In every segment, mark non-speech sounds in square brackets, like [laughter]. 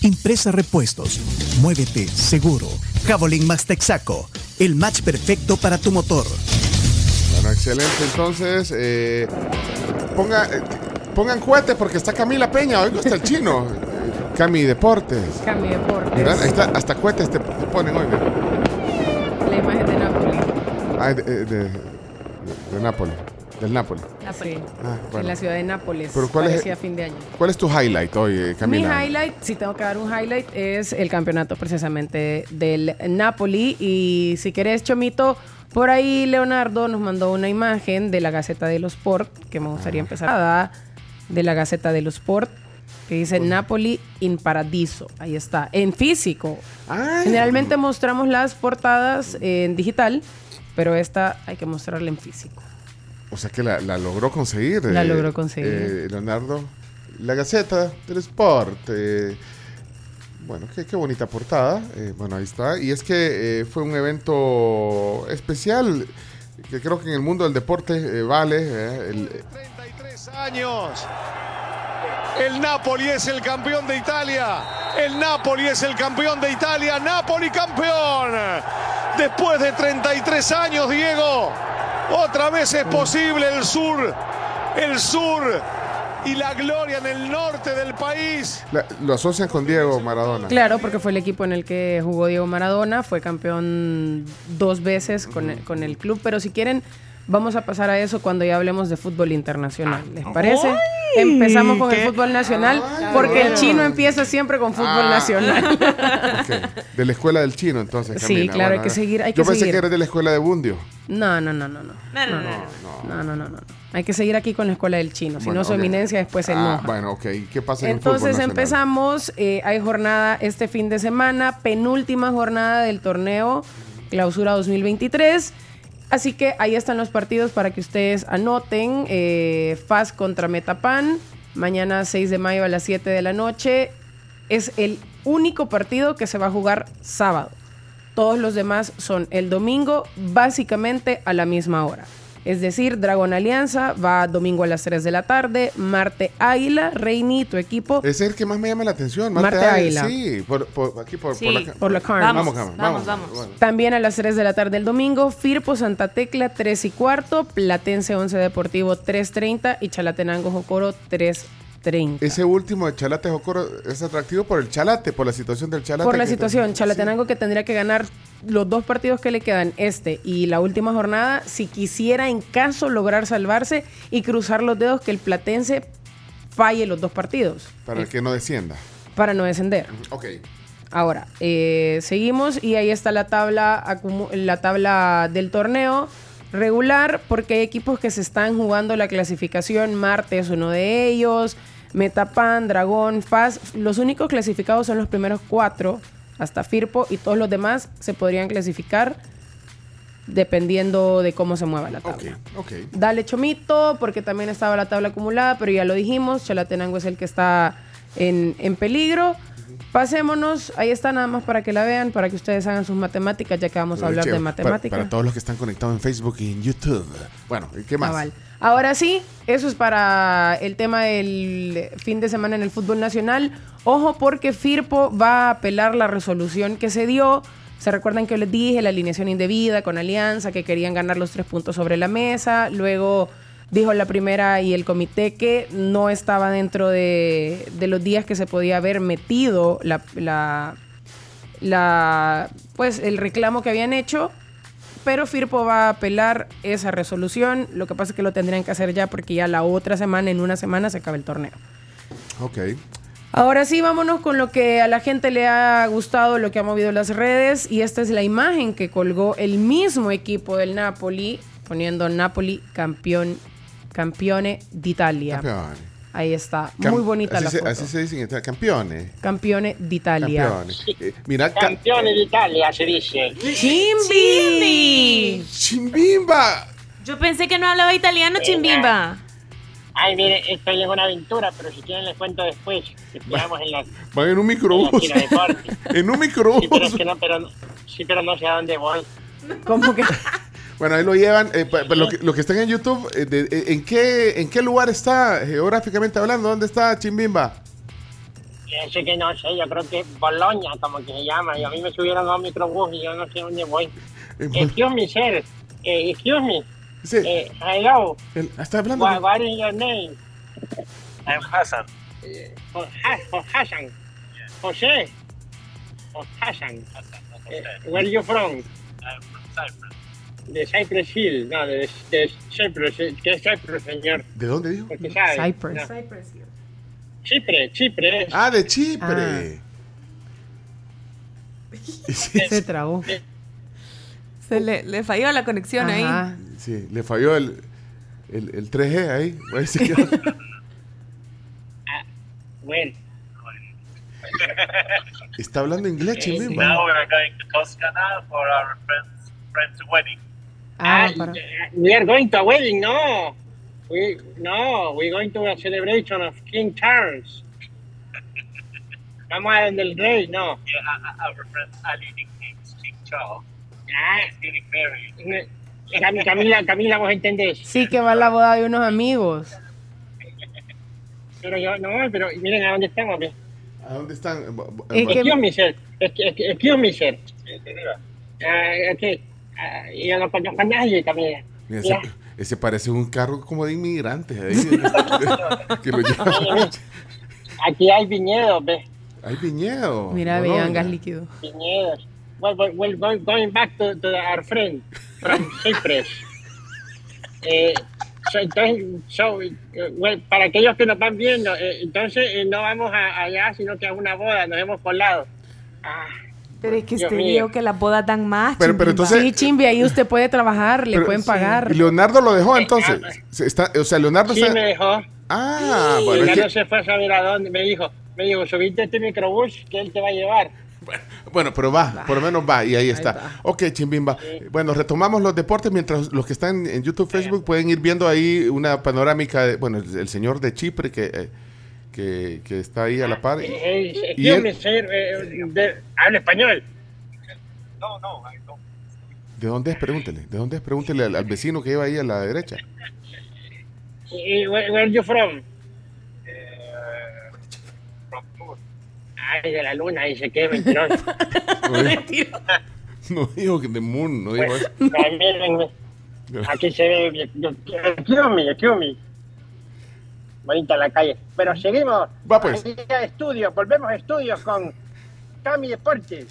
Impresa Repuestos, Muévete Seguro, Javelin Max Texaco, el match perfecto para tu motor. Bueno, excelente. Entonces, eh, ponga, eh, pongan cohetes porque está Camila Peña. Hoy no está el chino. [laughs] Eh, Cami Deportes. Cambio de deportes. Mirá, ahí está, hasta cohetes te, te ponen hoy. mira. La imagen de Napoli. Ah, de, de, de- de Nápoles. Del Nápoles. Sí. Ah, En bueno. la ciudad de Nápoles. Pero ¿cuál es- parecía fin de año. ¿Cuál es tu highlight hoy, eh, Camila? Mi highlight, si tengo que dar un highlight, es el campeonato precisamente del Napoli. Y si querés, Chomito, por ahí Leonardo nos mandó una imagen de la Gaceta de los Sport, que me Ah. gustaría empezar a dar, de la Gaceta de los Sport, que dice Napoli in Paradiso. Ahí está, en físico. Ay. Generalmente mostramos las portadas en digital, pero esta hay que mostrarla en físico. Ah. O sea que la, la logró conseguir. La logró conseguir. eh, Leonardo. La Gaceta del Sport. eh, bueno, qué, qué bonita portada. eh, bueno, ahí está. Y es que eh, fue un evento especial que creo que en el mundo del deporte eh, vale. eh, el- 33 años. El Napoli es el campeón de Italia. El Napoli es el campeón de Italia. Napoli campeón. Después de 33 años, Diego. Otra vez es posible el sur. El sur. Y la gloria en el norte del país. la- lo asocian con Diego Maradona. Claro, porque fue el equipo en el que jugó Diego Maradona, fue campeón dos veces con, el- con el club, pero si quieren, vamos a pasar a eso cuando ya hablemos de fútbol internacional. ¿Les Ah. parece? Empezamos con el fútbol nacional, Ay, porque Ah, bueno. el chino empieza siempre con fútbol Ah. [laughs] nacional. Ok, De la escuela del chino, entonces. Sí, Camila, claro, hay que seguir, hay Yo que pensé seguir. que eres de la escuela de Bundio. No, no, no, no, no. No, no, no. No, no, no, no. Hay que seguir aquí con la escuela del chino, si Bueno, no su ok. eminencia después se Ah, enoja. bueno, ok. ¿Y ¿Qué pasa en el fútbol Entonces nacional? empezamos, eh, hay jornada este fin de semana, penúltima jornada del torneo Clausura 2023. Así que ahí están los partidos para que ustedes anoten. Eh, FAS contra Metapan, mañana 6 de mayo a las 7 de la noche. Es el único partido que se va a jugar sábado. Todos los demás son el domingo, básicamente a la misma hora. Es decir, Dragón Alianza va domingo a las 3 de la tarde, Marte Águila, Reini, tu equipo, Ese es el que más me llama la atención. Marte Marte Águila. Águila. Sí, por, por- aquí por, por Sí. la, Por la carne. Vamos, Vamos, Carmen, vamos, vamos. vamos. También a las 3 de la tarde el domingo, Firpo Santa Tecla 3 y cuarto, Platense 11 Deportivo 3.30 y Chalatenango Jocoro 3.30. Ese último de Chalate Jocoro es atractivo por el Chalate, por la situación del Chalate. Por la que- situación, Chalatenango que tendría que ganar los dos partidos que le quedan, este y la última jornada, si quisiera en caso lograr salvarse y cruzar los dedos que el Platense falle los dos partidos Para el que no descienda. para no descender. Ok. Ahora, eh, seguimos y ahí está la tabla, acumu- la tabla del torneo regular, porque hay equipos que se están jugando la clasificación. Marte es uno de ellos, Metapan, Dragón, Faz. Los únicos clasificados son los primeros cuatro, hasta Firpo, y todos los demás se podrían clasificar dependiendo de cómo se mueva la Ok, tabla. ok. Dale Chomito, porque también estaba la tabla acumulada, pero ya lo dijimos, Chalatenango es el que está en, en peligro. Pasémonos, ahí está nada más para que la vean, para que ustedes hagan sus matemáticas, ya que vamos a hablar Chévere. de Pa- matemáticas. Para, todos los que están conectados en Facebook y en YouTube. Bueno, ¿y ¿qué más? Cabal. Ahora sí, eso es para el tema del fin de semana en el fútbol nacional. Ojo porque Firpo va a apelar la resolución que se dio. Se recuerdan que les dije la alineación indebida con Alianza, que querían ganar los tres puntos sobre la mesa. Luego dijo la primera y el comité que no estaba dentro de, de los días que se podía haber metido la, la- la- pues el reclamo que habían hecho. Pero Firpo va a apelar esa resolución. Lo que pasa es que lo tendrían que hacer ya porque ya la otra semana, en una semana, se acaba el torneo. Ok. Ahora sí, vámonos con lo que a la gente le ha gustado, lo que ha movido las redes. Y esta es la imagen que colgó el mismo equipo del Napoli, poniendo Napoli campeón, campeone d'Italia. Campeón. Ahí está. Cam- Muy bonita así la se, foto. Así se dice, en- campeones. Campeone d'Italia. Campeones. Eh, mira, ca- Campione d'Italia si dice. ¡Chimbi! ¡Chimbi! Chimbimba. Yo pensé que no hablaba italiano, Chimbimba. Ay, mire, estoy en una aventura, pero si quieren les cuento después. que Estamos en la, en Van en un [laughs] la microbús. gira de corte. [laughs] en un Sí, pero es microbús. que no, pero no- sí, pero no sé a dónde voy. ¿Cómo [laughs] que? Bueno, ahí lo llevan. eh, pa- pa- lo, que, lo que están en YouTube, eh, de- eh, ¿en, qué, ¿en qué lugar está eh, geográficamente hablando? ¿Dónde está Chimbimba? Así que no Eh, sé, yo creo que Boloña, como que se llama. Y a mí me subieron a un microbús y yo no sé dónde voy. En Bol- Excuse me, sir. Eh, excuse me. Sí, Eh, hello. él- está hablando. What, what is your name? I'm Hassan. Oh, Ha- oh, Hassan. Jose. Oh, Hassan. Eh, where you from? I'm from Cyprus. De Cypress Hill. No, de, de Cyprus. eh, ¿Qué es Cyprus, señor? ¿De dónde dijo? Porque sabe. Cyprus. No. Chipre, Chipre. es. Ah, de Chipre. [laughs] Sí, Se trabó. Se le, le falló la conexión ahí. Ajá. sí, le falló el, el, el 3G ahí. Ahí se quedó. [laughs] Bueno. Está hablando inglés, Now Chimbimba. we are going to Toscana for our friend's, friend's wedding. Ah, Ah, para. we are going to a wedding, no. We, no, we're going to a celebration of King Charles. Vamos a donde el rey, no. Yeah, uh, uh, our friend Ali nicknames King Charles. Ah, He's getting married. me- Cam- Camila, Camila, vos entendés. Sí, que va a la boda de unos amigos. Pero yo, no, pero miren a dónde estamos. ve. ¿A dónde están? Bu- bu- Es que- Excuse me, sir. Excuse excuse me, sir. Ah, ok. Ah, yo no conozco a nadie, Camila. Mira, Ya. ese, ese parece un carro como de inmigrantes. ahí, [laughs] que lo [laughs] llevan. Aquí hay viñedos, ve. Hay viñedo. Mira, Bolonia. vean gas líquido. Viñedos. Well, well, well, going, going back to, to our friend [laughs] from Cyprus. Eh, so, entonces, so, eh, well, para aquellos que nos van viendo, eh, entonces eh, no vamos a, allá, sino que a una boda, nos hemos colado. Ah, Pero es que Dios este mío. digo que las bodas dan más. Pero- pero Chimbimba. entonces- Sí, Chimbi, ahí usted puede trabajar, le Pero- pueden sí. pagar. ¿Y Leonardo lo dejó entonces. Se está, o sea, Leonardo sí, está- me dejó. Ah, bueno, ya es que- no se fue a saber a dónde. Me dijo, me dijo, subiste a este microbús que él te va a llevar. bueno, pero va, por lo menos va, y ahí está. Ok, Chimbimba. Bueno, retomamos los deportes mientras los que están en YouTube, Facebook pueden ir viendo ahí una panorámica. De, bueno, el, el señor de Chipre que, eh, que, que está ahí a la par. Y- Eh, eh, ¿Y yo él? me sé, eh, de- habla español. No, no, I don't. ¿De dónde es? Pregúntele. ¿De dónde es? Pregúntele al, al vecino que iba ahí a la derecha. Eh, where, where you from? Uh, from Moon. Ay, de la luna, dice que [laughs] es mentiroso. No dijo, no dijo que de Moon, no Pues, dijo eso. Ay, mírenme. Aquí se ve. Excuse me, excuse me. Bonita la calle. Pero seguimos. Va, pues. Ahí está estudios, volvemos a estudios con Cami Deportes.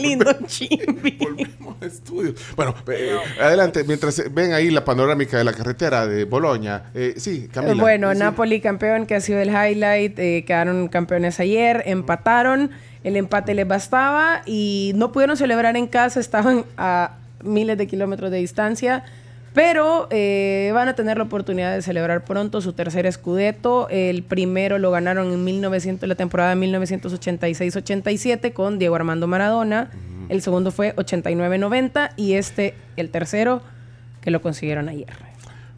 Lindo Chimbi. Volvemos a estudios. Bueno, eh, adelante, mientras eh, ven ahí la panorámica de la carretera de Boloña. Eh, sí, Camila. Bueno, Sí. Napoli campeón, que ha sido el highlight. eh, quedaron campeones ayer, empataron. El empate les bastaba y no pudieron celebrar en casa. Estaban a miles de kilómetros de distancia. Pero eh, van a tener la oportunidad de celebrar pronto su tercer escudeto. El primero lo ganaron en 1900, la temporada 1986-87 con Diego Armando Maradona. El segundo fue 89-90 y este, el tercero, que lo consiguieron ayer.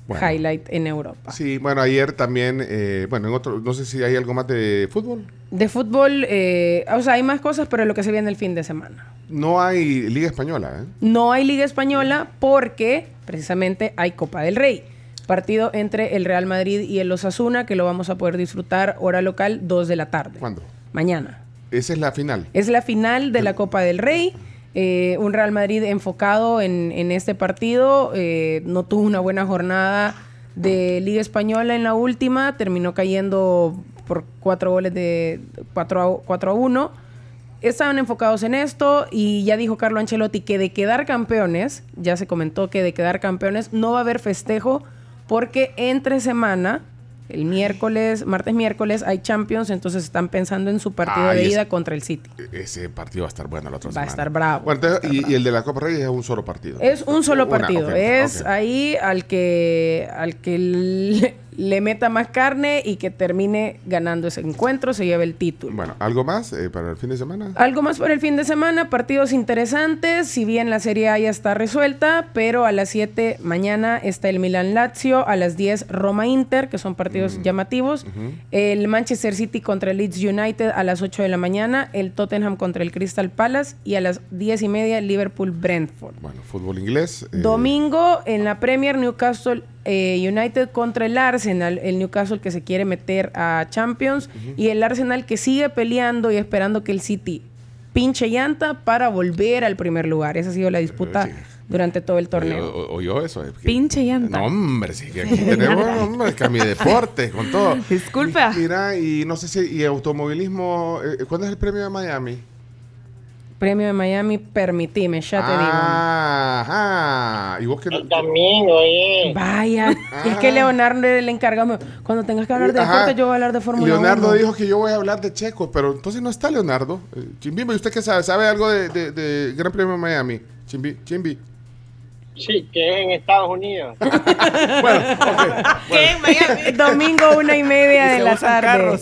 Bueno. Highlight en Europa. Sí, bueno, ayer también, eh, bueno, en otro, no sé si hay algo más de fútbol. De fútbol, eh, o sea, hay más cosas, pero es lo que se viene el fin de semana. No hay Liga Española, ¿eh? No hay Liga Española porque precisamente hay Copa del Rey. Partido entre el Real Madrid y el Osasuna que lo vamos a poder disfrutar hora local 2 de la tarde. ¿Cuándo? Mañana. Esa es la final. Es la final de la Copa del Rey. Eh, un Real Madrid enfocado en, en este partido. eh, no tuvo una buena jornada de Liga Española en la última. Terminó cayendo por cuatro goles de 4 a, 4 a 1. Estaban enfocados en esto y ya dijo Carlo Ancelotti que de quedar campeones, ya se comentó que de quedar campeones no va a haber festejo porque entre semana, el miércoles, martes miércoles hay Champions, entonces están pensando en su partido Ay, de es- ida contra el City. E- Ese partido va a estar bueno la otra Va a semana. estar bravo, Bueno, entonces, va a y, estar bravo. y el de la Copa Reyes es un solo partido. Es un solo Una, partido. ok, es ok. ahí al que al que le, le meta más carne y que termine ganando ese encuentro, se lleve el título. Bueno, ¿algo más eh, para el fin de semana? Algo más para el fin de semana, partidos interesantes, si bien la Serie A ya está resuelta, pero a las 7 mañana está el Milan Lazio, a las 10 Roma Inter, que son partidos llamativos, el Manchester City contra el Leeds United a las 8 de la mañana, el Tottenham contra el Crystal Palace y a las 10 y media Liverpool Brentford. Bueno, fútbol inglés. eh, Domingo en la Premier Newcastle eh, United contra el Arsenal, el Newcastle que se quiere meter a Champions y el Arsenal que sigue peleando y esperando que el City pinche llanta para volver al primer lugar. Esa ha sido la disputa sí. durante todo el eh, torneo. o- Oyó eso. eh, que- Pinche llanta. No, hombre, sí, [laughs] que aquí tenemos hombre, que a mi deporte, con todo. Disculpa. Y- Mira, y no sé si, y automovilismo, eh, ¿cuándo es el premio de Miami? Premio de Miami, permitime, ya te digo. Ah, ajá. Y vos que no- El domingo, eh. Vaya, es que Leonardo le encargamos. Cuando tengas que hablar de Ah. Ajá. deporte, yo voy a hablar de Fórmula 1. Leonardo dijo que yo voy a hablar de Checo, pero entonces no está Leonardo. Eh, Chimbimbo, ¿y usted qué sabe? ¿Sabe algo de, de- de Gran Premio de Miami? Chimbi, Chimbi. Sí, que es en Estados Unidos. ¿Qué? Miami. Domingo, una [laughs] y media de la tarde.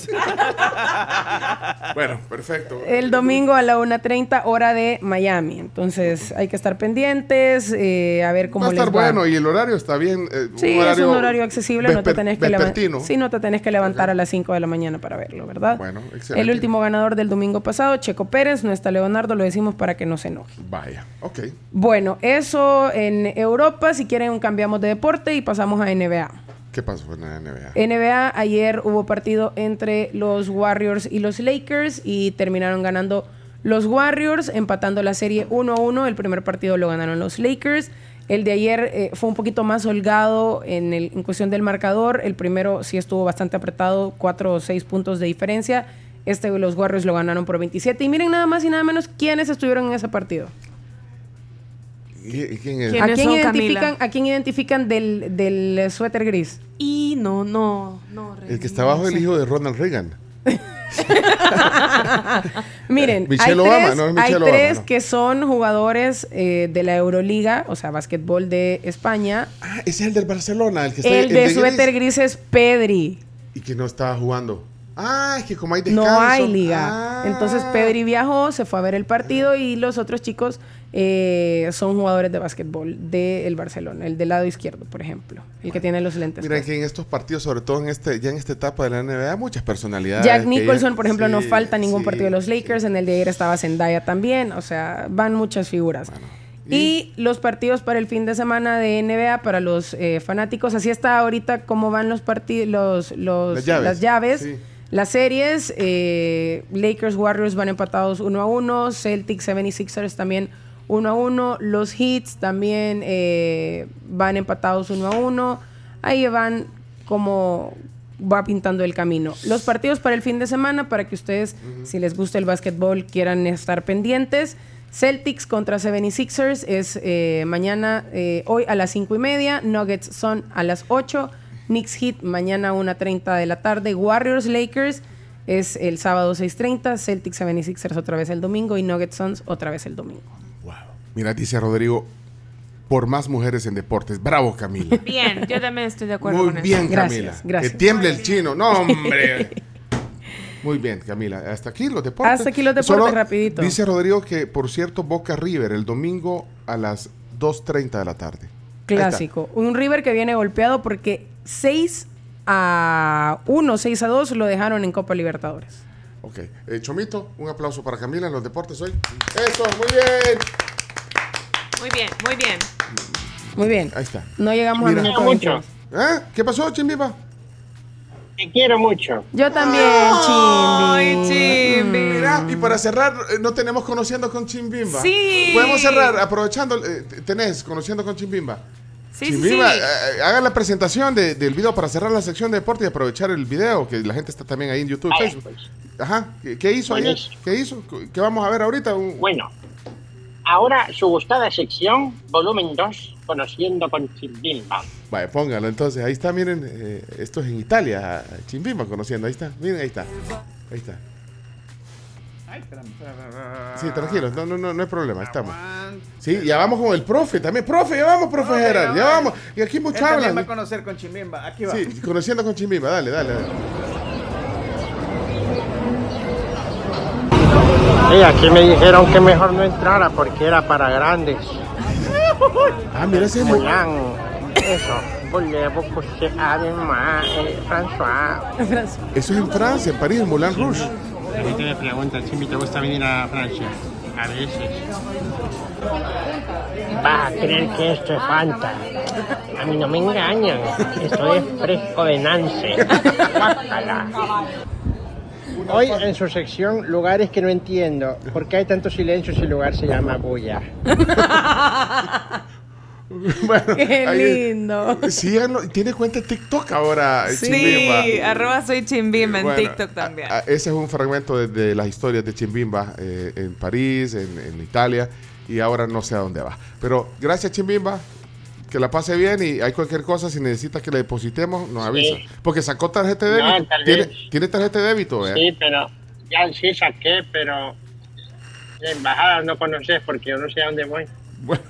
Bueno, perfecto. El domingo a la 1.30 hora de Miami. Entonces hay que estar pendientes, eh, a ver cómo Va a les estar va. bueno y el horario está bien. eh, Sí, es un horario accesible, no te vesper- tenés que levantar. vespertino. Sí, no te tenés que levantar a las 5 de la mañana para verlo, ¿verdad? Bueno, excelente. El último ganador del domingo pasado, Checo Pérez, no está Leonardo, lo decimos para que no se enoje. Vaya, ok. Bueno, eso en Europa, si quieren cambiamos de deporte y pasamos a NBA. ¿Qué pasó en la NBA? Eh, NBA, ayer hubo partido entre los Warriors y los Lakers y terminaron ganando los Warriors, empatando la serie 1-1. El primer partido lo ganaron los Lakers. El de ayer eh, fue un poquito más holgado en, el- en cuestión del marcador. El primero sí estuvo bastante apretado, 4 o 6 puntos de diferencia. Este los Warriors lo ganaron por 27. Y miren nada más y nada menos quiénes estuvieron en ese partido. ¿Y- y ¿Quién es? Ah, ¿Quién? ¿A quién, son, Camila? identifican, ¿A quién identifican del, del eh, suéter gris? Y no, no, no. El que está abajo el hijo de Ronald Reagan. Miren, hay Eh, Michelle tres, Obama, no es hay Michelle Obama, tres no. que son jugadores eh, de la Euroliga, o sea, básquetbol de España. Ah, ese es el del Barcelona, el que está el el de gris suéter gris. es Pedri. Y que no estaba jugando. Ah, es que como hay No descanso. hay liga. Ah. Entonces Pedri viajó, se fue a ver el partido y los otros chicos eh, son jugadores de básquetbol del Barcelona, el del lado izquierdo, por ejemplo, el que tiene los lentes. Mira puestos. que en estos partidos, sobre todo en este, ya en esta etapa de la NBA, muchas personalidades. Jack que Nicholson, ya- por ejemplo, no sí, falta ningún sí, partido de los sí. Lakers. En el de ayer estaba Zendaya también. O sea, van muchas figuras. y, los partidos para el fin de semana de NBA para los eh, fanáticos. Así está ahorita cómo van los partidos, los, los- Las llaves, las llaves. sí. Las series, eh, Lakers, Warriors van empatados 1 a 1, Celtics, 76ers también 1 a 1, los Heats también eh, van empatados 1 a 1. Ahí van como va pintando el camino. Los partidos para el fin de semana, para que ustedes, si les gusta el básquetbol, quieran estar pendientes. Celtics contra 76ers es eh, mañana, eh, hoy a las 5 y media, Nuggets son a las 8. Knicks Heat mañana 1.30 de la tarde. Warriors Lakers es el sábado 6.30. Celtics 76ers otra vez el domingo. Y Nuggets Suns otra vez el domingo. Wow. Mira, dice Rodrigo, por más mujeres en deportes. Bravo, Camila. Bien, yo también estoy de acuerdo Muy con bien, Gracias, Camila. gracias. Que tiemble el chino. No, hombre. [laughs] Muy bien, Camila. Hasta aquí los deportes. Hasta aquí los deportes, rapidito. Dice Rodrigo que, por cierto, Boca River el domingo a las 2.30 de la tarde. Ahí está. Clásico. Un River que viene golpeado porque 6 a 1, 6 a 2 lo dejaron en Copa Libertadores. Ok. Eh, Chomito, un aplauso para Camila en los deportes hoy. Eso, muy bien. eso. Muy bien, muy bien. Muy bien. Ahí está. No llegamos Mira. a minuto Te quiero mucho. 22. ¿Eh? ¿Qué pasó, Chimbiba? Te quiero mucho. Yo también, Ay, Chimbi. Chimbi. Mm, Mira, y para cerrar, eh, no tenemos Conociendo con Chimbimba. Sí. Podemos cerrar aprovechando, eh, t- tenés Conociendo con Chimbimba. Sí, sí, sí. Chimbimba, eh, haga la presentación de- del video para cerrar la sección de deporte y aprovechar el video, que la gente está también ahí en YouTube, Vaya, Facebook. pues. Ajá, ¿qué, qué hizo? ahí? Pues. Buenísimo. ¿Qué hizo? ¿Qué vamos a ver ahorita? Un- Bueno, ahora su gustada sección, volumen 2, conociendo con Chimbimba. Vaya, póngalo entonces. Ahí está, miren, eh, esto es en Italia, Chimbimba conociendo, ahí está, miren, ahí está. Ahí está. Sí, tranquilos, no, no, no, no hay problema, ahí estamos. One, Gerard. Sí, ya vamos con el profe también. Profe, ya vamos, profe Profe, ya Gerard, ya vamos. vamos. Y aquí Él mucho también va hablan. a conocer con Chimimba. Aquí va. Sí, conociendo con Chimimba, dale, dale. dale. Y aquí me dijeron que mejor no entrara porque era para grandes. Ah, mira ese es muy- Mulan, eso. pues Volevo, porque además, eh, François. Eso es en Francia, en París, en Moulin Rouge. La gente me pregunta, Chimi, ¿te gusta venir a Francia? A veces. Vas a creer que esto es Fanta. A mí no me engañan. Esto es fresco de Nance. Guácala. Hoy en su sección lugares que no entiendo. ¿Por qué hay tanto silencio si el lugar se llama Bulla? Bueno, Qué [laughs] ahí- lindo. síganlo. Tiene cuenta de TikTok ahora, eh, Sí, Chimbimba. arroba soy chimbimba en Bueno, TikTok también. a- a- ese es un fragmento de, de las historias de Chimbimba eh, en París, en, en Italia, y ahora no sé a dónde va. Pero gracias, Chimbimba. Que la pase bien y hay cualquier cosa, si necesita que le depositemos, nos avisa. Porque sacó tarjeta de No, débito. tal ¿Tiene, vez. tiene tarjeta de débito, ¿eh? Sí, pero ya sí saqué, pero la embajada no conoces porque yo no sé a dónde voy. Bueno,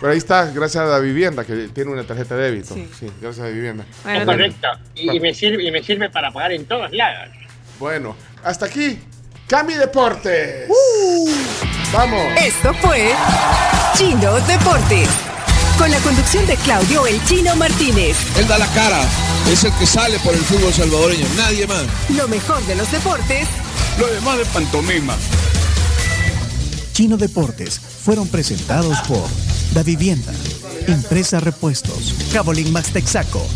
pero ahí está, gracias a la vivienda, que tiene una tarjeta de débito. Sí, Sí. gracias a la vivienda. Bueno, Es correcto. Y, y me sirve, y me sirve para pagar en todos lados. Bueno, hasta aquí, Cami Deportes. Vamos. Esto fue Chino Deportes. Con la conducción de Claudio El Chino Martínez. Él da la cara, es el que sale por el fútbol salvadoreño, nadie más. Lo mejor de los deportes Lo demás de pantomima. Chino Deportes fueron presentados por Da Vivienda, Impresa Repuestos, Cabolín Max Texaco,